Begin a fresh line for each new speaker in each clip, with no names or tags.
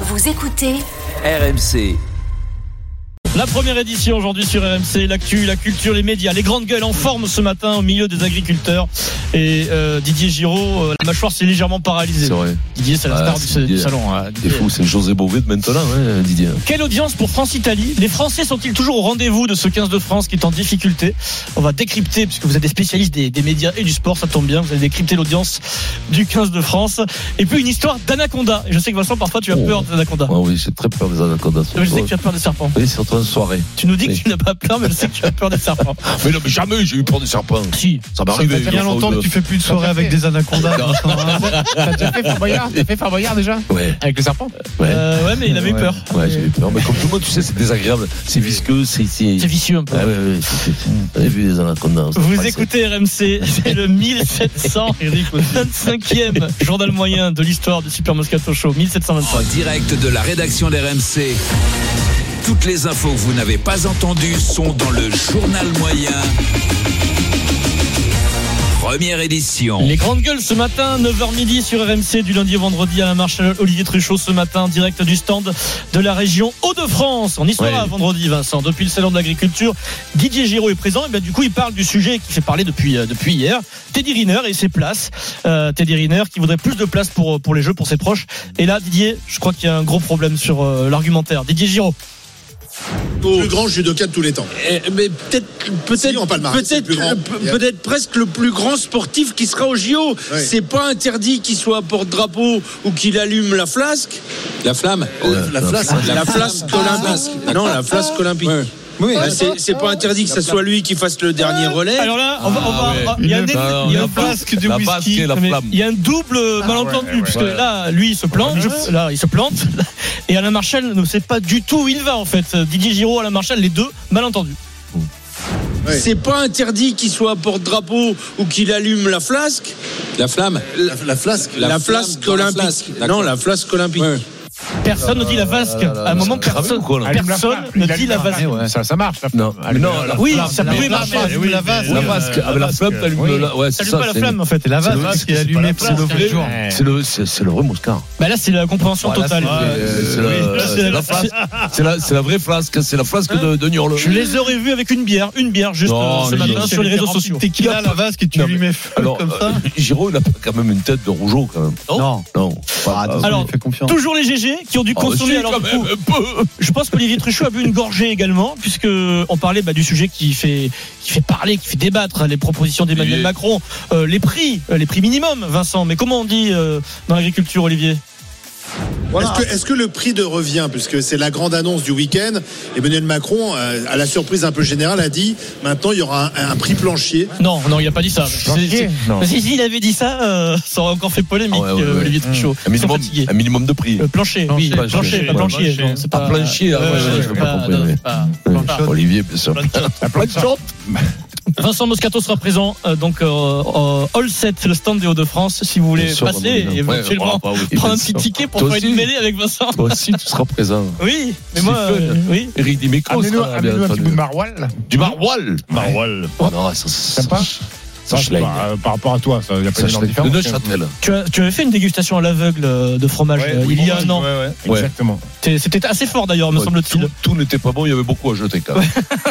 Vous écoutez
RMC.
La première édition aujourd'hui sur RMC, l'actu, la culture, les médias, les grandes gueules en forme ce matin au milieu des agriculteurs. Et euh, Didier Giraud, euh, la mâchoire s'est légèrement paralysée.
C'est vrai.
Didier, c'est la
Ah,
star
c'est
du, du
Didier.
salon. hein,
C'est
Didier.
fou, c'est José Bové de maintenant, hein, Didier.
Quelle audience pour France-Italie Les Français sont-ils toujours au rendez-vous de ce 15 de France qui est en difficulté On va décrypter, puisque vous êtes des spécialistes des, des médias et du sport, ça tombe bien, vous allez décrypter l'audience du 15 de France. Et puis une histoire d'anaconda. Et Je sais que Vincent, parfois tu as
Oh.
peur d'anaconda.
Ah oui, j'ai très peur des anacondas.
Je sais que tu as peur des serpents.
Oui, surtout en soirée.
Tu nous dis que
Oui.
tu n'as pas peur, mais je sais que tu as peur des serpents.
Mais non, mais jamais j'ai eu peur des serpents.
Si,
Ça m'est
Ça fait
arrivé.
bien
une
longtemps
fois
que
ou
Ah, tu fais plus de soirée avec des anacondas. T'as déjà fait Fort Boyard T'as fait Fort Boyard déjà
deux. Ouais,
Avec le serpent
ouais.
Euh, ouais, mais il avait eu
Ouais.
peur.
Ouais, j'ai eu peur. Mais comme tout le monde, tu sais, c'est désagréable. C'est visqueux, c'est. c'est-
C'est vicieux un peu.
Ah ouais, ouais, c'est- c'est- J'ai vu les anacondas. hein, c'est
Vous
pas-
écoutez RMC, c'est le 1725e journal moyen de l'histoire du Super Moscato Show, 1725.
En direct de la rédaction d'RMC. Toutes les infos que vous n'avez pas entendues sont dans le journal moyen. Première édition.
Les grandes gueules ce matin, 9h midi sur RMC du lundi au vendredi à la marche Olivier Truchot ce matin, en direct du stand de la région Hauts-de-France. On y sera
Ouais.
vendredi, Vincent. Depuis le salon de l'agriculture, Didier Giraud est présent. Et bien du coup, il parle du sujet qui fait parler depuis euh, depuis hier. Teddy Riner et ses places. Euh, Teddy Riner qui voudrait plus de place pour euh, pour les jeux pour ses proches. Et là, Didier, je crois qu'il y a un gros problème sur euh, l'argumentaire. Didier Giraud.
plus grand judoka de tous les temps.
Eh, mais peut-être peut-être
Si, en palmarès, c'est le
peut-être
plus grand.
le- pe- peut-être presque le plus grand sportif qui sera au JO.
Ouais.
C'est pas interdit qu'il soit porte-drapeau ou qu'il allume la flasque. La flamme.
La flasque.
Oh, La flasque olympique. non, la flasque olympique. Bah, c'est- c'est pas interdit que ce soit lui qui fasse le dernier relais.
Alors là, on va, on va-
Ah ouais.
il y a un,
Il est pas-
il y a
la
un
flasque
double-
de
la
whisky.
flasque et la
Non, mais
flamme. il y a un double
Ah
euh, malentendu puisque là, lui, il se plante, je- là, il se plante, et Alain Marchal ne sait pas du tout où il va en fait. Didier Giraud, Alain Marchal, les deux malentendus.
Ouais.
C'est pas interdit qu'il soit porte-drapeau ou qu'il allume la flasque. La flamme.
La, la flasque.
La, flasque olympique. non, la flasque olympique.
Personne ne dit la vasque.
Ah là, là,
À un
là,
moment,
c'est cramé
personne,
ou quoi, là
personne ne dit la vasque.
Ça, ça marche. la-
Non,
Allume
non,
la-
la-
Oui,
flamme,
ça
la-
pouvait
la-
marcher.
la-
Oui, euh,
La
vasque.
vasque.
La vasque. Avec la flamme, t'allumes
oui.
le. la- Ouais, c'est
Ça allume
ça.
pas la
c'est-
flamme en fait.
C'est la
C'est le-
vasque qui est
c'est
allumée pour le
c'est
vrai jour.
C'est le, c'est, c'est le vrai moscard.
Bah là, c'est la compréhension
Voilà,
totale.
c'est- euh, c'est la-
Oui, là, c'est
c'est
la-
la flasque. C'est la, c'est la vraie flasque. C'est la flasque de, de Niorle.
Je les aurais vus avec une bière, une bière juste
Non,
euh, ce
mais
matin
non.
sur les réseaux sociaux.
Tequila, la vasque et tu
Non,
lui
mais-
mets feu
Alors,
comme ça.
euh, Giraud, il a quand même une tête de rougeau, quand même.
Non.
Non.
Alors,
Alors, fait confiance.
Toujours les GG qui ont dû consommer
Ah, si,
alors
quand
du coup,
même, un peu.
Je pense qu'Olivier Truchot a bu une gorgée également, puisque on parlait bah, du sujet qui fait qui fait parler, qui fait débattre hein, les propositions d'Emmanuel
Olivier.
Macron, Euh, les prix, euh, les prix minimums, Vincent. Mais comment on dit euh, dans l'agriculture, Olivier
Est-ce que, est-ce que le prix de revient, puisque c'est la grande annonce du week-end, Emmanuel Macron, euh, à la surprise un peu générale, a dit maintenant il y aura un, un prix plancher.
Non, non, il a pas dit ça. C'est- c'est-
Non.
Si, si, il avait dit ça, euh, ça aurait encore fait polémique,
Ah ouais, ouais,
euh,
ouais.
Olivier Truchot.
Un
Ils sont
minimum,
fatigués. Euh,
un minimum de prix.
Le plancher, oui,
Ah, plancher,
plancher, pas
ouais,
plancher.
plancher.
non, c'est
Ah,
pas
plancher, ah, ouais, ouais,
ouais,
je l'ai
c'est
pas
pas-
compris,
non,
oui.
c'est pas-
Euh,
pas-
Olivier, bien sûr. La planchante.
Vincent Moscato sera présent euh, donc euh, au All 7, le stand des Hauts-de-France, si vous voulez
Bien sûr,
passer
Ramon
et
Guillaume. Ouais,
éventuellement
on va pas, oui,
prendre un
bien
petit
sûr.
ticket pour
Toi
faire une
aussi.
mêlée avec Vincent.
Toi aussi, tu seras présent.
Oui, mais
C'est
moi,
fun.
euh, oui.
Eric Dimeco
Amenez-nous
sera là, bien
amenez-nous un petit
entendu.
bout de maroilles.
Du maroilles.
Marwal.
Oh non, ça, ça,
Sympa.
ça schlag.
Par, par rapport à toi, il n'y a pas
Ça
de grande
schlag. De
différence.
Neuchâtel.
Tu, as- tu avais fait une dégustation à l'aveugle euh, de fromage
Ouais,
euh,
oui,
il y a
oui,
un an.
ouais, ouais,
Ouais.
Exactement.
T'es- C'était assez fort d'ailleurs, me
Ouais,
semble-t-il.
Tout, tout n'était pas bon, il y avait beaucoup à jeter quand même.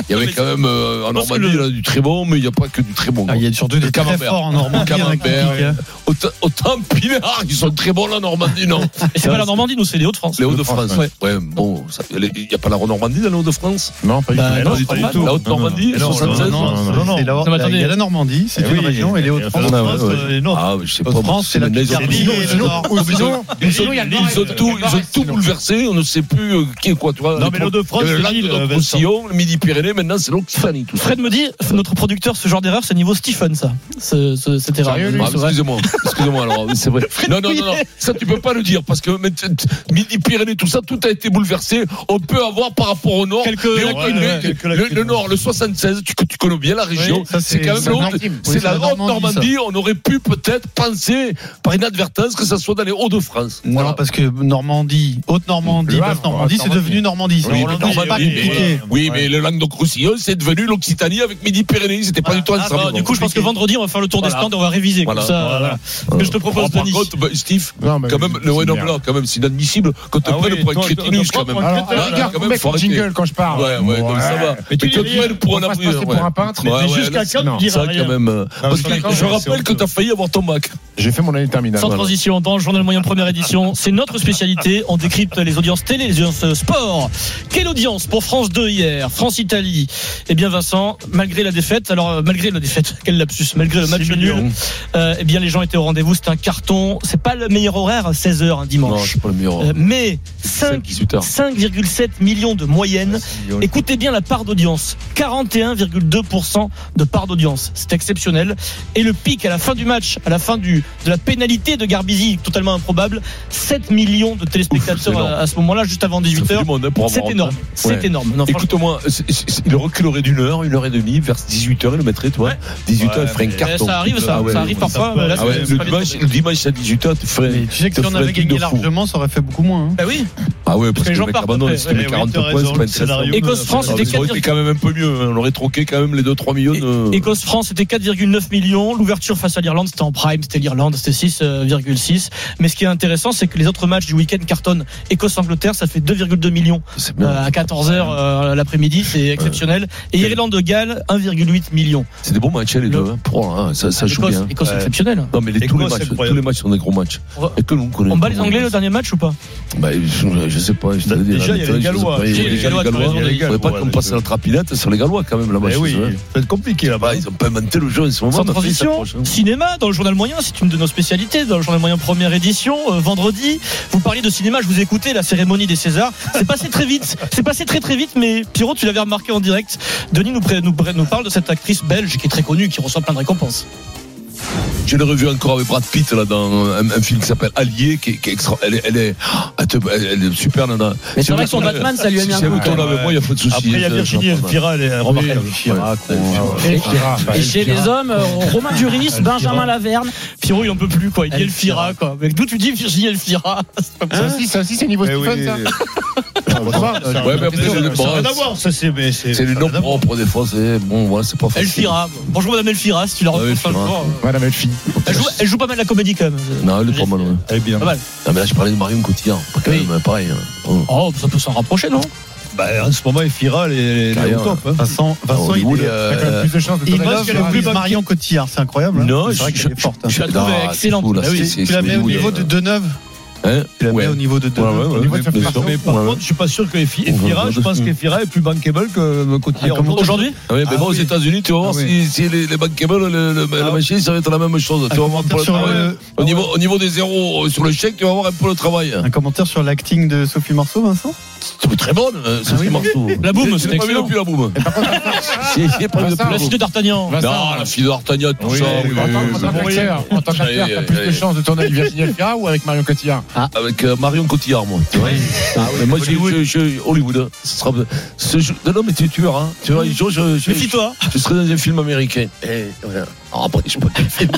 Il y avait quand même euh, en
pense que
Normandie
le-
là, du très bon, mais il n'y a pas que du très bon.
Ah, Il y a surtout
Le
des très
camembert.
forts en Normandie. hein, qui
Camembert.
piquent, hein.
Autant, autant Pinard, ils sont très bons la Normandie, non
hein. Et c'est pas la Normandie, nous, c'est les Hauts-de-France.
Les Hauts-de-France.
Ouais.
Ouais. bon, ça- il n'y a pas la Normandie dans les Hauts-de-France
Non, pas du
Bah,
tout.
non,
Pas du
pas
tout.
mal.
La Haute-Normandie,
Non, non,
76
non, non, non, non. C'est la-
Non, mais attendez.
Il y a la Normandie, c'est
Eh
une
oui,
région, et les
et
Hauts-de-France,
Ah ouais,
France,
ouais.
euh, les Nord.
Ah, je sais pas.
Hauts-de-France, c'est la
les
Picardie
Hauts-de-France.
et le Nord.
Ou sinon, ils ont,
sinon, il y a le
ils
Nord
ont
et le
tout, ils ont tout bouleversé, on ne sait plus euh, qui est quoi, tu vois. les
Non, mais
pro-
l'Hauts-de-France,
il y avait
c'est l'île,
le Languedoc,
Vincent.
Roussillon, le Midi-Pyrénées, maintenant c'est l'Occitanie, tout ça.
Fred me dit, notre producteur, ce genre d'erreur, c'est niveau Stephen, ça. Ce- ce- C'était rare.
Sérieux, lui
Ah,
C'est vrai.
excusez-moi, excusez-moi alors, c'est vrai. Non, non, non, non, ça tu peux pas le dire parce que mais, t- t- Midi-Pyrénées, tout ça, tout a été bouleversé. On peut avoir par rapport au Nord,
Quelques
les-
lacunes,
les-
ouais,
le, le Nord, le 76, tu, tu connais bien la région.
Ouais, ça,
c'est
c'est-
quand même
c'est
le Haut-
Nord-Dim,
c'est c'est la haute Normandie. On aurait pu peut-être penser par inadvertance que ça soit dans les Hauts-de-France.
Non,
Voilà.
parce que Normandie, Haute-Normandie,
Le Havre,
Basse-Normandie, c'est
Normandie.
devenu Normandie. C'est
Oui, mais,
Normandie, c'est pas
Normandie, mais-
compliqué.
oui, mais le Languedoc-Roussillon, c'est devenu l'Occitanie avec Midi-Pyrénées. C'était pas du tout
Ah,
ensemble.
bah, du coup, je pense que vendredi, on va faire le tour des
Voilà.
stands et on va réviser.
Voilà.
Comme ça,
Voilà.
voilà. Que je te propose,
Oh, par
Denis.
contre, bah, Steve,
Non, mais
quand même, le
c'est
Wayne
une
Blanc, quand même, c'est inadmissible quand on
Ah
prenne
oui,
pour un
donc,
crétinus,
donc,
quand même.
merde. Alors,
Là,
regarde,
quand
on
même,
met
faut
le
arrêter.
jingle quand je parle.
Ouais, ouais, comme ça va.
Mais tu
Mais tu te prends pour un
on va se
abri,
passer
ouais.
pour un peintre.
Ouais,
mais
ouais,
juste-
Jusqu'à
là,
quand
non.
tu diras
Ça,
rien.
quand même. euh, parce que
d'accord,
je
mais c'est
rappelle que
honteux.
t'as failli avoir ton Mac.
J'ai fait mon année terminale.
Sans
voilà.
transition, dans le journal moyen première édition, c'est notre spécialité. On décrypte les audiences télé, les audiences euh, sport. Quelle audience pour France 2 hier France-Italie Eh bien, Vincent, malgré la défaite, alors euh, malgré la défaite, quel lapsus, malgré le match nul, euh, eh bien, les gens étaient au rendez-vous. C'était un carton. C'est pas le meilleur horaire, 16h un
Non,
dimanche.
c'est pas le meilleur.
Euh, mais
5
cinq-
18 heures.
5,7 millions de moyenne. Écoutez bien la part d'audience, 41,2% de part d'audience. C'est exceptionnel. Et le pic à la fin du match, à la fin du, de la pénalité de Garbizi, totalement improbable, 7 millions de
Ouf, c'est
téléspectateurs
énorme.
à, à ce moment-là, juste avant
Ça
18
fait
h
du monde, hein, pour avoir
C'est
un
énorme.
peu.
C'est
Ouais.
énorme. Non, franchement,
Écoute-moi, c'est- c'est- c'est- le recul aurait d'une heure, une heure et demie, vers 18h, il le mettrait, toi.
Ouais.
18h, il
Ouais,
ferait un
mais
carton.
ça arrive, ça,
Ah ouais.
ça arrive parfois. mais là,
Ah ouais,
c'est- c'est
le
pas
dimanche,
bien.
le dimanche à 18h, tu ferais.
Mais Tu sais que
te
si on
ferais un
avait
truc
gagné
de fou.
largement, ça aurait fait beaucoup moins. hein.
Bah oui.
Ah ouais,
Parce
parce
que
que
les gens
le mec
partent
abandonne,
après.
il se met
Ouais,
40
t'as
points,
raison,
c'est pas
le
une
scénario.
sensation.
Écosse-France,
Ah,
c'était
ça aurait été
4,4
quand même un peu mieux, hein. on aurait troqué quand même les 2-3 millions. euh.
Écosse France c'était 4,9 millions. L'ouverture face à l'Irlande c'était en prime, c'était l'Irlande, c'était 6,6. Mais ce qui est intéressant, c'est que les autres matchs du week-end cartonnent. Écosse Angleterre, ça fait 2,2 millions
C'est
Euh,
bien.
à 14 h l'après-midi, c'est exceptionnel. Et
Quel-
Irlande Galles 1,8 million.
C'est des bons matchs, hein, les
Le-
deux. hein. Pour, hein, ça, ça joue
Écosse,
bien.
Écosse
Ouais.
exceptionnel.
Non, mais les- tous, les
Écosse,
matchs,
c'est
tous les matchs sont des gros matchs. Et que nous, qu'on est-
On bat les Anglais le dernier match ou pas
Bah, je, je sais pas. Je te dis,
Déjà, il y a les
honnêtement, je sais
Gallois.
pas, Il y a les Gallois.
t'as raison,
Il
Denis.
faudrait pas
Ouais,
qu'on
les
passe
deux.
à la trapinette sur les Gallois quand même là-bas.
Eh
chez
oui,
eux, hein.
ça va être compliqué là-bas.
Bah, ils ont pas inventé le jeu en ce
Sans
moment. ma fille
transition,
s'approche, hein.
cinéma dans le journal moyen, c'est une de nos spécialités dans le journal moyen première édition euh, vendredi. Vous parliez de cinéma, je vous écoutais la cérémonie des Césars. C'est passé très vite, c'est passé très très vite. Mais Pierrot, tu l'avais remarqué en direct. Denis nous, pré- nous, pré- nous parle de cette actrice belge qui est très connue, qui reçoit plein de récompenses.
Je l'ai revu encore avec Brad Pitt là dans un, un film qui s'appelle Allié, qui, est- qui est extra- Elle, est- elle est, ah, elle te- elle est super nana.
Mais
Si
c'est vrai
vous-
que son Batman, ça lui a
si-
mis un
si vous
coup,
tournez
ouais.
avec moi, il y a pas de souci.
Après, il y a
Ça-
Virginie
ça-
Elfira, elle est remarquable.
Elfira, qu'on-
Ouais, Elfira,
Et
enfin,
chez
Elfira.
les hommes, euh, Romain Duris, Benjamin Laverne.
Pierrot, il en peut plus quoi. Il dit
Elfira.
Elfira quoi. Mais d'où tu dis Virginie Elfira
Ça aussi, ça aussi, c'est niveau
Eh oui.
Stephen, ça.
Franchement, ça
Ouais, mais après, c'est le
ça a rien
bras.
à voir, ça, c'est- mais
C'est
ça
le
a
nom
rien à voir.
propre des fois. C'est bon, voilà, c'est pas facile.
Elfira. Bonjour Madame Elfira, si tu la
Ah,
retrouves,
Elfira.
pas le voir.
Madame Elfie.
Elle joue, elle joue pas mal la comédie quand même.
Non, elle est pas mal. ouais.
Elle est bien.
Pas mal.
Non, mais là, je parlais de Marion Cotillard. Pas quand
Oui.
même, pareil. hein. Bon.
Oh, ça peut s'en rapprocher, non
Bah, en ce moment, Elfira, elle est elle est au
Carrière.
top. hein.
Vincent, Vincent,
Alors,
il
Hollywood,
est-
euh,
T'as quand même plus de chance de
il
tomber
pense
là,
qu'elle est plus
Elfira.
Marion Cotillard, c'est incroyable. hein.
Non,
c'est vrai
je-
qu'elle est forte. hein.
Je la
Non,
trouvais
c'est
excellente.
fou, là,
Ah oui,
c'est- c'est-
Tu la
c'est
mets au
Hollywood,
niveau
hein.
de Deneuve.
Hein
Tu la mets
Ouais.
au niveau de
Ouais, ouais,
Deneuve.
ouais,
Au niveau
bien
de sa
sûr.
préparation.
Mais par
Ouais.
contre, je suis pas sûr que Elfi- Elfira, je pense qu'Elfira est plus bankable que Cotillard.
Ah, comment-
Aujourd'hui
Ah oui, mais
Ah
bon, aux
oui.
États-Unis, tu vas voir
Ah
si, si les, les bankables, le, le, le
Ah.
machine, ça va être la même chose. Tu vas voir pour le
sur,
travail.
euh,
Au, niveau, au niveau des zéros euh, sur le chèque, tu vas voir un peu le travail.
Un commentaire sur l'acting de Sophie Marceau, Vincent
C'est très bonne, euh,
Ah
Sophie
oui.
Marceau.
La boum,
J'ai- j'ai
c'était
pas vu
excellent.
depuis la boum. J'ai j'ai pas vu depuis
Vincent,
la
La
boum.
cité d'Artagnan.
Non, la fille d'Artagnan, tout ça. oui, oui, oui,
en tant
oui.
qu'acteur,
en tant
qu'acteur, t'as plus de
chances de tourner avec Virginie Elfira ou avec Marion Cotillard
Avec euh, Marion Cotillard, moi. tu vois. Mais moi, je- je- je- Hollywood. hein. Ce sera- ce jour- non, non, mais tu, tu verras. hein. Tu verras, un jour, je, je, je,
Méfie-toi.
serai dans un film américain. Et, voilà. Ah, après, je sais pas quel film.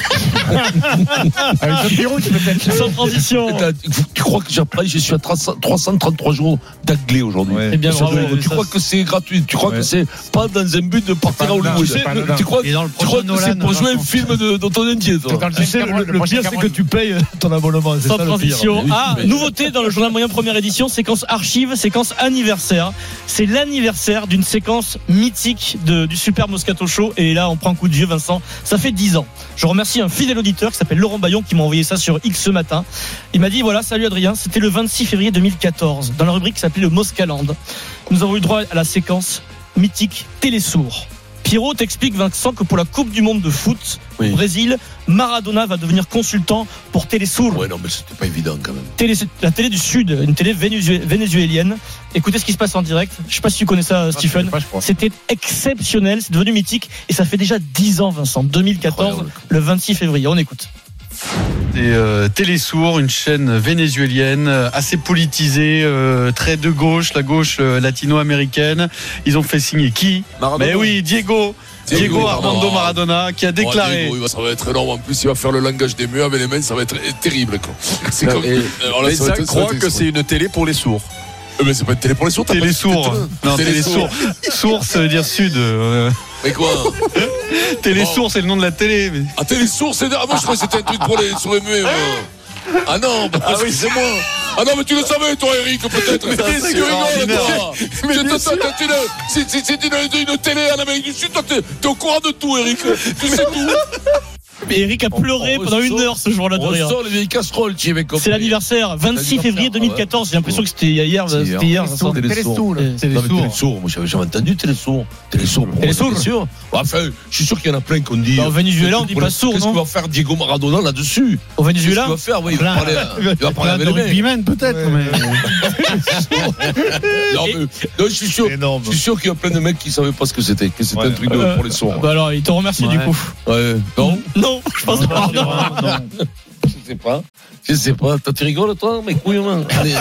Avec Sophie Roach, peut-être.
Sans transition.
T'as- Eh ben, Tu crois que j'apprends, je suis à 300 333 jours d'anglais aujourd'hui.
Ouais.
Eh bien,
Ça
bravo.
doit être- tu crois que c'est gratuit, tu crois
Ouais.
que c'est pas dans un but de partir à
Pas- non,
Hollywood.
tu sais, le-
Tu crois,
Et dans le
tu crois
prochain
que c'est
Nolan.
pour jouer un
Vincent.
film de, de ton indien, toi.
C'est dans le
Tu sais,
James
le-
Cameron,
le
prochain
pire, c'est
Cameron.
que tu payes ton abonnement. C'est
Sans
ça le pire.
transition.
Mais oui,
Ah,
mais-
nouveauté dans le journal moyen première édition, séquence archive, séquence anniversaire. C'est l'anniversaire d'une séquence mythique de- du Super Moscato Show. Et là, on prend un coup de vieux, Vincent. Ça fait 10 ans. Je remercie un fidèle auditeur qui s'appelle Laurent Bayon qui m'a envoyé ça sur X ce matin. Il m'a dit voilà, salut Adrien, c'était le 26 février 2014, dans la rubrique qui s'appelait le Moscaland. Nous avons eu droit à la séquence mythique Télésourd. Pierrot t'explique, Vincent, que pour la Coupe du Monde de foot,
Oui.
au Brésil, Maradona va devenir consultant pour Télésourd
Ouais, non, mais c'était pas évident quand même.
télé- la télé du Sud, une télé vénézué- vénézuélienne. Écoutez ce qui se passe en direct. Ah, Je sais pas si tu connais ça, Stephen.
Pas, je crois.
C'était exceptionnel, c'est devenu mythique et ça fait déjà 10 ans, Vincent. 2014,
Incroyable.
le 26 février. On écoute.
C'est euh, Télésourd, une chaîne vénézuélienne euh, assez politisée, euh, très de gauche, la gauche euh, latino-américaine. Ils ont fait signer qui
Maradona.
Mais oui, Diego
Diego
Diego
Maradona.
Armando
Ah,
Maradona qui a déclaré
Oh, Diego, ça va être énorme. En plus, il va faire le langage des murs avec les mains. Ça va être terrible. quoi. C'est comme. alors là,
Mais
ça va
ça
être- ça va
croit
être-
que c'est une télé pour les sourds.
Euh, Mais c'est pas une télé pour les sourds. t'as pas-
Télésourd. Non,
Télésourd.
Télésourd. Sourd, ça veut dire sud. euh,
Mais quoi
Télésourd, c'est le nom de la télé. mais-
Ah, télé sourd, c'est. Ah, moi, je croyais que c'était un truc pour les sourds et muets. moi. Ah non, bah, excusez-moi. Ah non, mais tu le savais, toi, Eric, peut-être. Mais
c'est
tu rigoles,
extraordinaire.
toi. Mais tu t'as- t'as- t'as une- C'est c'est- c'est une, une télé en Amérique du Sud. Toi, t'es t'es au courant de tout, Eric. Tu sais tout.
Et Eric a pleuré
on
pendant une
ressort-
heure ce jour-là de rire.
les vieilles casseroles, tu y avais
C'est l'anniversaire, Ah, 26 février 2014. J'ai l'impression que c'était hier, c'était hier. ça sent-
C'est les sourds.
sourd, moi j'avais jamais entendu télé sourd. Télé sourd,
Télé sourd.
sûr. Enfin, je suis sûr qu'il y en a plein qu'on dit.
Bah, au Venezuela, on dit
Qu'est-ce
pas sourd,
Qu'est-ce
non
qu'il va faire Diego Maradona là-dessus
Au
Qu'est-ce qu'il
Venezuela,
va faire Oui, Il va
Plein.
parler il va parler avec les mecs.
peut-être,
Non, mais- non, je suis sûr.
Énorme.
Je suis sûr qu'il y a plein de mecs qui savaient pas ce que c'était, que c'était un
Ouais.
truc de, pour les sourds.
bah alors, il te remercie du coup.
Ouais, non,
Non, je pense pas.
je sais pas. Je sais pas. Toi, tu rigoles, toi, mes couilles, main. Allez.